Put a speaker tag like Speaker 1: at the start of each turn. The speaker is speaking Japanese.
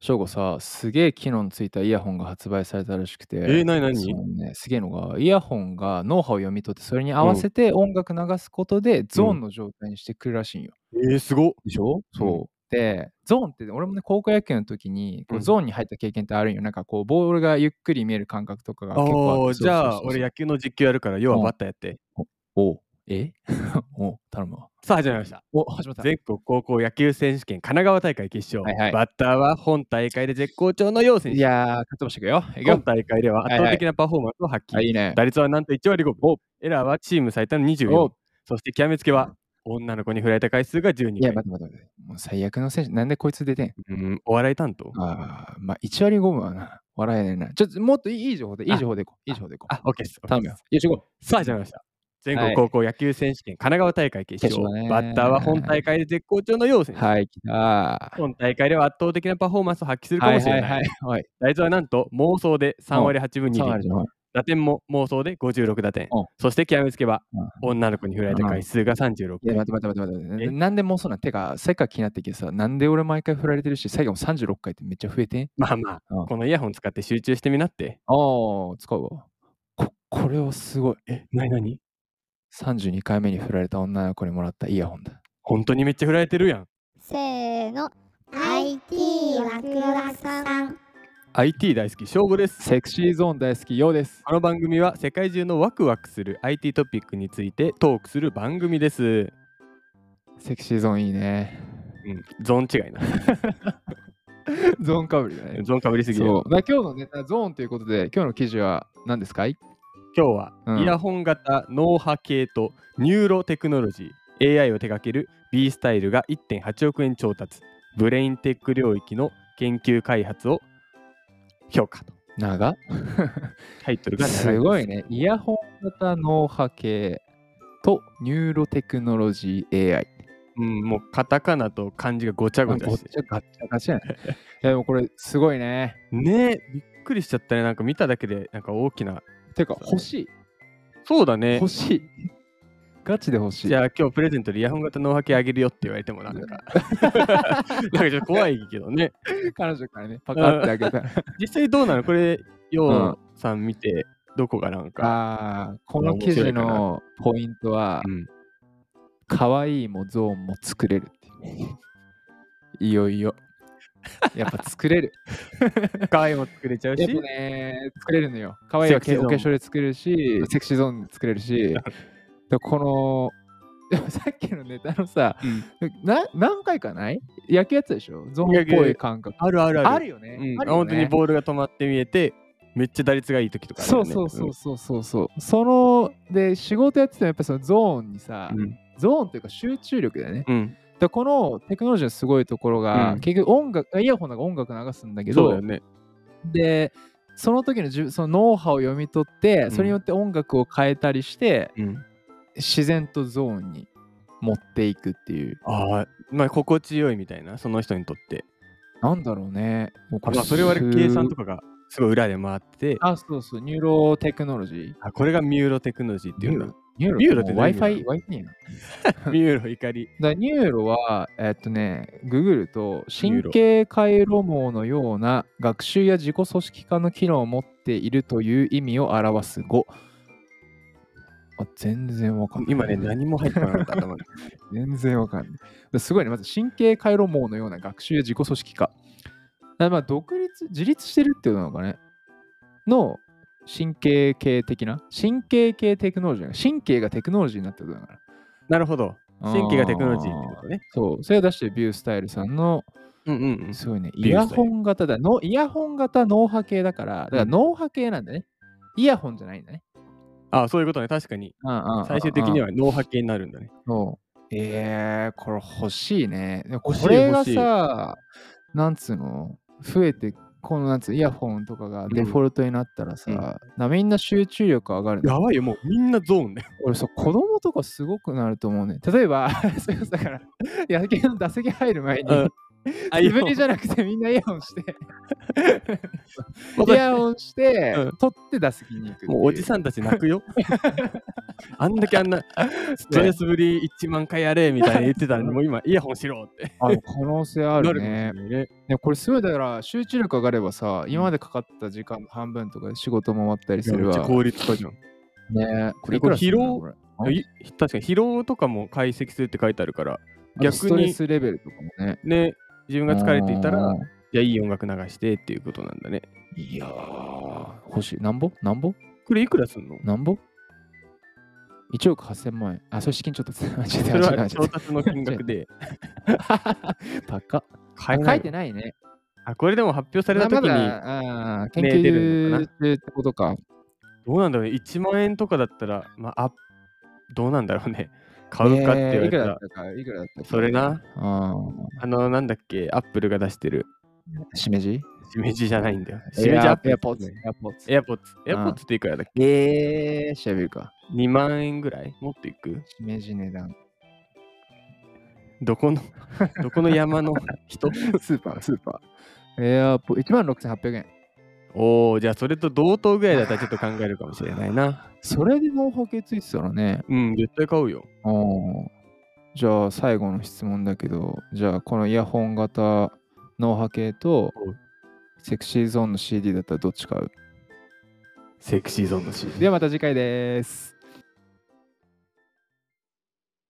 Speaker 1: 翔吾さ、すげえ機能のついたイヤホンが発売されたらしく
Speaker 2: え
Speaker 1: て、
Speaker 2: ー、なにな
Speaker 1: そ
Speaker 2: に
Speaker 1: のね、すげえのが、イヤホンが脳波を読み取って、それに合
Speaker 2: う
Speaker 1: わ
Speaker 2: ん、
Speaker 1: せて音楽流すことで、
Speaker 2: う
Speaker 1: ゾーン
Speaker 2: ん。
Speaker 1: の状態にしてくるらしいんよ。
Speaker 2: えー、すごっ。
Speaker 1: でしょ
Speaker 2: うん、
Speaker 1: そう。で、ゾーンって、俺もね、高校野球の時に、
Speaker 2: う
Speaker 1: こうゾ
Speaker 2: ん。
Speaker 1: ーンに入った経験ってあるんよ。なんかこう、ボールがゆっくり見える感覚とかが結構あっ
Speaker 2: あ
Speaker 1: て、そ
Speaker 2: あ、じ
Speaker 1: うそう
Speaker 2: ゃあ、
Speaker 1: そう
Speaker 2: 俺
Speaker 1: そ
Speaker 2: 野球の実況やるから、要
Speaker 1: う。
Speaker 2: は
Speaker 1: う
Speaker 2: バ
Speaker 1: ん。
Speaker 2: ッターやって。
Speaker 1: お、おえ お、頼むわ。
Speaker 2: さあ、始まりました。
Speaker 1: お、始まった。
Speaker 2: 全国高校野球選手権神奈川大会決
Speaker 1: は
Speaker 2: 勝。
Speaker 1: いはい。
Speaker 2: バッターは本大会で絶好調の楊選
Speaker 1: い
Speaker 2: 手。
Speaker 1: やー、かつしていくよ。いく
Speaker 2: 今
Speaker 1: よ。
Speaker 2: 大会では圧
Speaker 1: はいは
Speaker 2: 倒的
Speaker 1: い。
Speaker 2: なパフォーマンスを発
Speaker 1: あ、
Speaker 2: 揮。
Speaker 1: いいね。
Speaker 2: 打率はなんと1割5分。
Speaker 1: お、
Speaker 2: エラーはチーム最多の24。
Speaker 1: お、
Speaker 2: そして極めつけは、女の子に振られた回数が12
Speaker 1: いや、
Speaker 2: 回。
Speaker 1: 待って待って待って。もう最悪の選手、なんでこいつ出てん
Speaker 2: うん、お笑い担当
Speaker 1: ああ、まあ、1割5分はな、笑えないな。ちょっともっといいいい情報で、いい
Speaker 2: あ、
Speaker 1: 情報でいこう。いい
Speaker 2: あ、
Speaker 1: 情報でいこう。
Speaker 2: あ、オッケーです、オッケー
Speaker 1: 頼
Speaker 2: で
Speaker 1: む
Speaker 2: す。
Speaker 1: よ。よし、行こ
Speaker 2: さあ、始まりました。全
Speaker 1: う。
Speaker 2: 国
Speaker 1: は
Speaker 2: 高
Speaker 1: い。
Speaker 2: 校野球選手権神奈川大会決
Speaker 1: 決
Speaker 2: 勝。
Speaker 1: 勝だ
Speaker 2: バッターは本大
Speaker 1: ね。
Speaker 2: 会で絶好調の楊選手。
Speaker 1: はい、来た。
Speaker 2: 今大会では圧倒的なパフォーマンスを発揮するか
Speaker 1: は
Speaker 2: も
Speaker 1: い
Speaker 2: し
Speaker 1: は
Speaker 2: れ
Speaker 1: い
Speaker 2: ない。
Speaker 1: はい。はい。
Speaker 2: 打率はなんと妄想で3
Speaker 1: うん。
Speaker 2: 割8分2
Speaker 1: 3
Speaker 2: 厘。
Speaker 1: 割じゃない。
Speaker 2: 打点も妄想で56打点。
Speaker 1: うん。
Speaker 2: そして極めつけば女の子に振られ
Speaker 1: う
Speaker 2: た
Speaker 1: ん。う
Speaker 2: 回
Speaker 1: ん
Speaker 2: 数が36
Speaker 1: いや、
Speaker 2: 回。
Speaker 1: 待って待って待って待って。
Speaker 2: え
Speaker 1: ななんでもうそうなんてか、せっかく気になってきてさ、なんで俺毎回振られてるし、最後も36回ってめっちゃ増えてん
Speaker 2: まあまあ、
Speaker 1: うん。あ
Speaker 2: このイヤホン使って集中してみなって。
Speaker 1: あ、使うわ。こ、これはすごい。
Speaker 2: え、なになに
Speaker 1: 32回目に振られた女の子にもらったイヤホンだ。
Speaker 2: 本当にめっちゃ振られてるやん。
Speaker 3: せーの IT ワクワクさん
Speaker 2: IT 大好き、翔吾です。
Speaker 1: セクシーゾーン大好き、ようです。
Speaker 2: この番組は世界中のワクワクする IT トピックについてトークする番組です。
Speaker 1: セクシーゾーンいいね。
Speaker 2: うん、ゾーン違いな。
Speaker 1: ゾーンかぶりだね。
Speaker 2: ゾーンかぶりすぎだよ。
Speaker 1: そう。だから今日のネタ、ゾーンということで、今日の記事は何ですかい
Speaker 2: 今日は
Speaker 1: う
Speaker 2: イヤ
Speaker 1: ん。
Speaker 2: ホン型脳波系とニューロテクノロジー AI を手掛ける B スタイルが1.8億円調達ブレインテック領域の研究開発を評価と
Speaker 1: 長っ
Speaker 2: タイトルが 長
Speaker 1: す
Speaker 2: いで
Speaker 1: ごい
Speaker 2: す
Speaker 1: ね。イヤホン型脳波系とニューロテクノロジー AI。
Speaker 2: うんもうカタカナと漢字がごちゃ
Speaker 1: あ
Speaker 2: ごちゃ
Speaker 1: ごっ
Speaker 2: して
Speaker 1: ちゃガッチャガチャやね。 いやでもこれすごいね。
Speaker 2: ねえびっくりしちゃったねなんか見ただけでなんか大きな
Speaker 1: てか
Speaker 2: そ
Speaker 1: 欲
Speaker 2: の
Speaker 1: しい。
Speaker 2: そうだね
Speaker 1: 欲しい。ガチで欲し
Speaker 2: じ
Speaker 1: い。
Speaker 2: ゃあ今日プレゼントでイヤホン型脳波系あげるよって言われて もなんかなんかちょっと怖いけどね、
Speaker 1: 彼女からね、パ
Speaker 2: う
Speaker 1: カっ
Speaker 2: ん、
Speaker 1: てあげた ら。
Speaker 2: 実際どうなのこれ
Speaker 1: う
Speaker 2: よ
Speaker 1: ん。
Speaker 2: うさん見てどこがなんか
Speaker 1: ああ、この
Speaker 2: 面
Speaker 1: 記
Speaker 2: 白
Speaker 1: 事
Speaker 2: いかな
Speaker 1: のポイントは、
Speaker 2: うん。
Speaker 1: 可愛いもゾーンも作れるっていう。いよいよ。やっぱ作れる。
Speaker 2: 可愛いも作れちゃう
Speaker 1: やっぱ
Speaker 2: し、
Speaker 1: ね、作れるのよ。可愛い
Speaker 2: セ
Speaker 1: は
Speaker 2: クシ
Speaker 1: け
Speaker 2: ー
Speaker 1: お
Speaker 2: ゾ
Speaker 1: 化
Speaker 2: ーン
Speaker 1: 粧で
Speaker 2: も。
Speaker 1: 作れるし、セクシーゾーンで作れるし、でこの、 でもさっきのネタのさ、
Speaker 2: うん。
Speaker 1: な何回かない野球やつでしょゾーンっ
Speaker 2: や
Speaker 1: ぽい
Speaker 2: け、
Speaker 1: 感覚。
Speaker 2: あるあるあ
Speaker 1: あ
Speaker 2: る。
Speaker 1: るよね。
Speaker 2: うん。
Speaker 1: あるよ
Speaker 2: 本当に
Speaker 1: ね。
Speaker 2: ボールが止まって見えて、めっちゃ打率がいい時とかある
Speaker 1: そ
Speaker 2: よ
Speaker 1: う
Speaker 2: ね。
Speaker 1: そう
Speaker 2: う
Speaker 1: そ
Speaker 2: ん。
Speaker 1: うそうそうそう。その、で、仕事やっててもやっぱそのゾーンにさ、
Speaker 2: うん。
Speaker 1: ゾーンというか集中力だよね。
Speaker 2: うん。
Speaker 1: でこのテクノロジーのすごいところ
Speaker 2: う
Speaker 1: が、
Speaker 2: ん
Speaker 1: 結局音楽、イヤホンなんか音楽流すんだけ
Speaker 2: そうだよ
Speaker 1: ど、
Speaker 2: ね。
Speaker 1: で、その時の自分その脳波を読み取って、
Speaker 2: う
Speaker 1: それによ
Speaker 2: ん。
Speaker 1: って音楽を変えたりして、
Speaker 2: うん。
Speaker 1: 自然とゾーンに持っていくっていう。
Speaker 2: ああ、まあ、心地よいみたいな、その人にとって。
Speaker 1: なんだろうね。もうこれ
Speaker 2: まあ、それ
Speaker 1: す、
Speaker 2: は計算とかがすごい裏で回ってて、
Speaker 1: あ、そうそう、ニューロテクノロジー。
Speaker 2: あ、これがミューロテクノロジーってい
Speaker 1: ニ
Speaker 2: う
Speaker 1: ュ
Speaker 2: ん
Speaker 1: ー
Speaker 2: だ。
Speaker 1: ロニューロっ
Speaker 2: ミ
Speaker 1: て
Speaker 2: ューロっ
Speaker 1: も
Speaker 2: て
Speaker 1: う
Speaker 2: 何
Speaker 1: Wi-Fi、
Speaker 2: な
Speaker 1: Wi-Fi な。
Speaker 2: のミューロ怒り。
Speaker 1: だニューロは、えっとね、ググると、
Speaker 2: ニュー
Speaker 1: 神
Speaker 2: ロ。
Speaker 1: 経回路網のような学習や自己組織化の機能を持っているという意味を表す語。あ、全然わかん
Speaker 2: 今
Speaker 1: な
Speaker 2: ね、
Speaker 1: い。
Speaker 2: 何も入ってこなかった、 頭に。
Speaker 1: 全然わかんない。ですごいね、まず神経回路網のような学習や自己組織化。あまあ、独立、自立してるっていうのかね。の神経系的な、神経系テクノロジーな、神経がテクノロジーになってることだから。
Speaker 2: なるほど。神経がテクノロジーってこ
Speaker 1: ああ、
Speaker 2: とね。
Speaker 1: そう、それを出してビュースタイルさんの、
Speaker 2: うんうんうん。
Speaker 1: すごいね、イ
Speaker 2: ビュー
Speaker 1: ヤ
Speaker 2: スタイ
Speaker 1: ホ
Speaker 2: ル。
Speaker 1: ン型だ、のイヤホン型脳波系だから、だか
Speaker 2: う
Speaker 1: ら
Speaker 2: ん。
Speaker 1: 脳波系なんだね。イヤホンじゃないんだね。
Speaker 2: ああ、そういうことね。確かに。
Speaker 1: うんうん
Speaker 2: 最終
Speaker 1: う
Speaker 2: 的
Speaker 1: んう
Speaker 2: に
Speaker 1: ん。
Speaker 2: は脳波系になるんだね。
Speaker 1: そう。えー、これ欲しいね。でも
Speaker 2: 欲し
Speaker 1: こ
Speaker 2: い
Speaker 1: れ
Speaker 2: 欲
Speaker 1: が
Speaker 2: しい。
Speaker 1: さ、なんつうの、増えて、このなんつう、イヤホンとかが
Speaker 2: う
Speaker 1: デフ
Speaker 2: ん。
Speaker 1: ォルトになったら
Speaker 2: うん。
Speaker 1: さ、なみんな集中力上がるね。
Speaker 2: やばいよ、もうみんなゾーンだよ。
Speaker 1: 俺さ、子供 とかすごくなると思うね。例えば、そうだから、野球の打席入る前
Speaker 2: うん。
Speaker 1: に
Speaker 2: あ
Speaker 1: 自分にじ
Speaker 2: ゃ
Speaker 1: ゃなくてみんなイヤホンして、イ
Speaker 2: も
Speaker 1: ヤホンして
Speaker 2: うん、
Speaker 1: 取って打席に行く。
Speaker 2: うおじ
Speaker 1: ん。
Speaker 2: さんたち泣くよ。 あんだけあんなストレスぶり1万回やれみたいに言ってたのに、もう今イヤホンしろって。
Speaker 1: あ可能性あ
Speaker 2: な
Speaker 1: る
Speaker 2: るかもし
Speaker 1: ね
Speaker 2: れ。ないね。
Speaker 1: でもこれすごいだから集中力上がればさ、今までかかった時間の半分とかで仕事も終わったりすれ
Speaker 2: めっちゃ
Speaker 1: ば。
Speaker 2: 効率化じゃん。
Speaker 1: ね
Speaker 2: これ
Speaker 1: いくらするの
Speaker 2: こ
Speaker 1: これあ
Speaker 2: い確かに疲労とかも解析するって書いてあるから、
Speaker 1: あと
Speaker 2: 逆に
Speaker 1: ストレスレベルとかもね。
Speaker 2: ね、自分が疲れていた
Speaker 1: う
Speaker 2: ら
Speaker 1: ん、
Speaker 2: じゃあいい音楽流してっていうことなんだね。
Speaker 1: いやー、欲しい。なんぼなんぼ
Speaker 2: これいくらすんの
Speaker 1: なんぼ ?1 億8000万円。あ、それ資金ちょっと つ間違え
Speaker 2: そ
Speaker 1: た。
Speaker 2: れ
Speaker 1: 間違
Speaker 2: は
Speaker 1: えた
Speaker 2: 調達の金額で。
Speaker 1: 高っ。
Speaker 2: 買
Speaker 1: あ
Speaker 2: えな
Speaker 1: 書
Speaker 2: い
Speaker 1: いてないね。
Speaker 2: あ、これでも発表された時
Speaker 1: ま
Speaker 2: に、
Speaker 1: だあー研
Speaker 2: ね出る
Speaker 1: 究
Speaker 2: のかな
Speaker 1: 中ってことか。
Speaker 2: どうなんだろうね、1万円とかだったら、まあ、あどうなんだろうね、買うかって言わ
Speaker 1: えー
Speaker 2: れた
Speaker 1: いくらだ
Speaker 2: ら
Speaker 1: っ、たか、いくらだったか。
Speaker 2: それな。
Speaker 1: あ
Speaker 2: あの、なんだっけ、アップルが出してる、
Speaker 1: ー。しめじ
Speaker 2: しめじじゃないんだよ。しめじアップ
Speaker 1: エア
Speaker 2: ル。
Speaker 1: ポッツ。エアポッツ。
Speaker 2: エアポッツ。エ
Speaker 1: ん
Speaker 2: アポッツっていくらだっけ
Speaker 1: えー、調べるか。
Speaker 2: ?2 万円ぐらい持っていく
Speaker 1: しめじ値段。
Speaker 2: どこの、 どこの山の人
Speaker 1: スーパー、スーパー。エアポ1万6800円。
Speaker 2: おおじゃあそれと同等ぐらいだったらちょっと考えるかもしれないな。
Speaker 1: それでもう補給ついてたらね。
Speaker 2: うん、絶対買うよ。
Speaker 1: おーじゃあ最後の質問だけど、じゃあこのイヤホン型脳波系と
Speaker 2: おう
Speaker 1: セクシーゾーンの CD だったらどっち買う
Speaker 2: セクシーゾーンのシーン。
Speaker 1: ではまた次回です。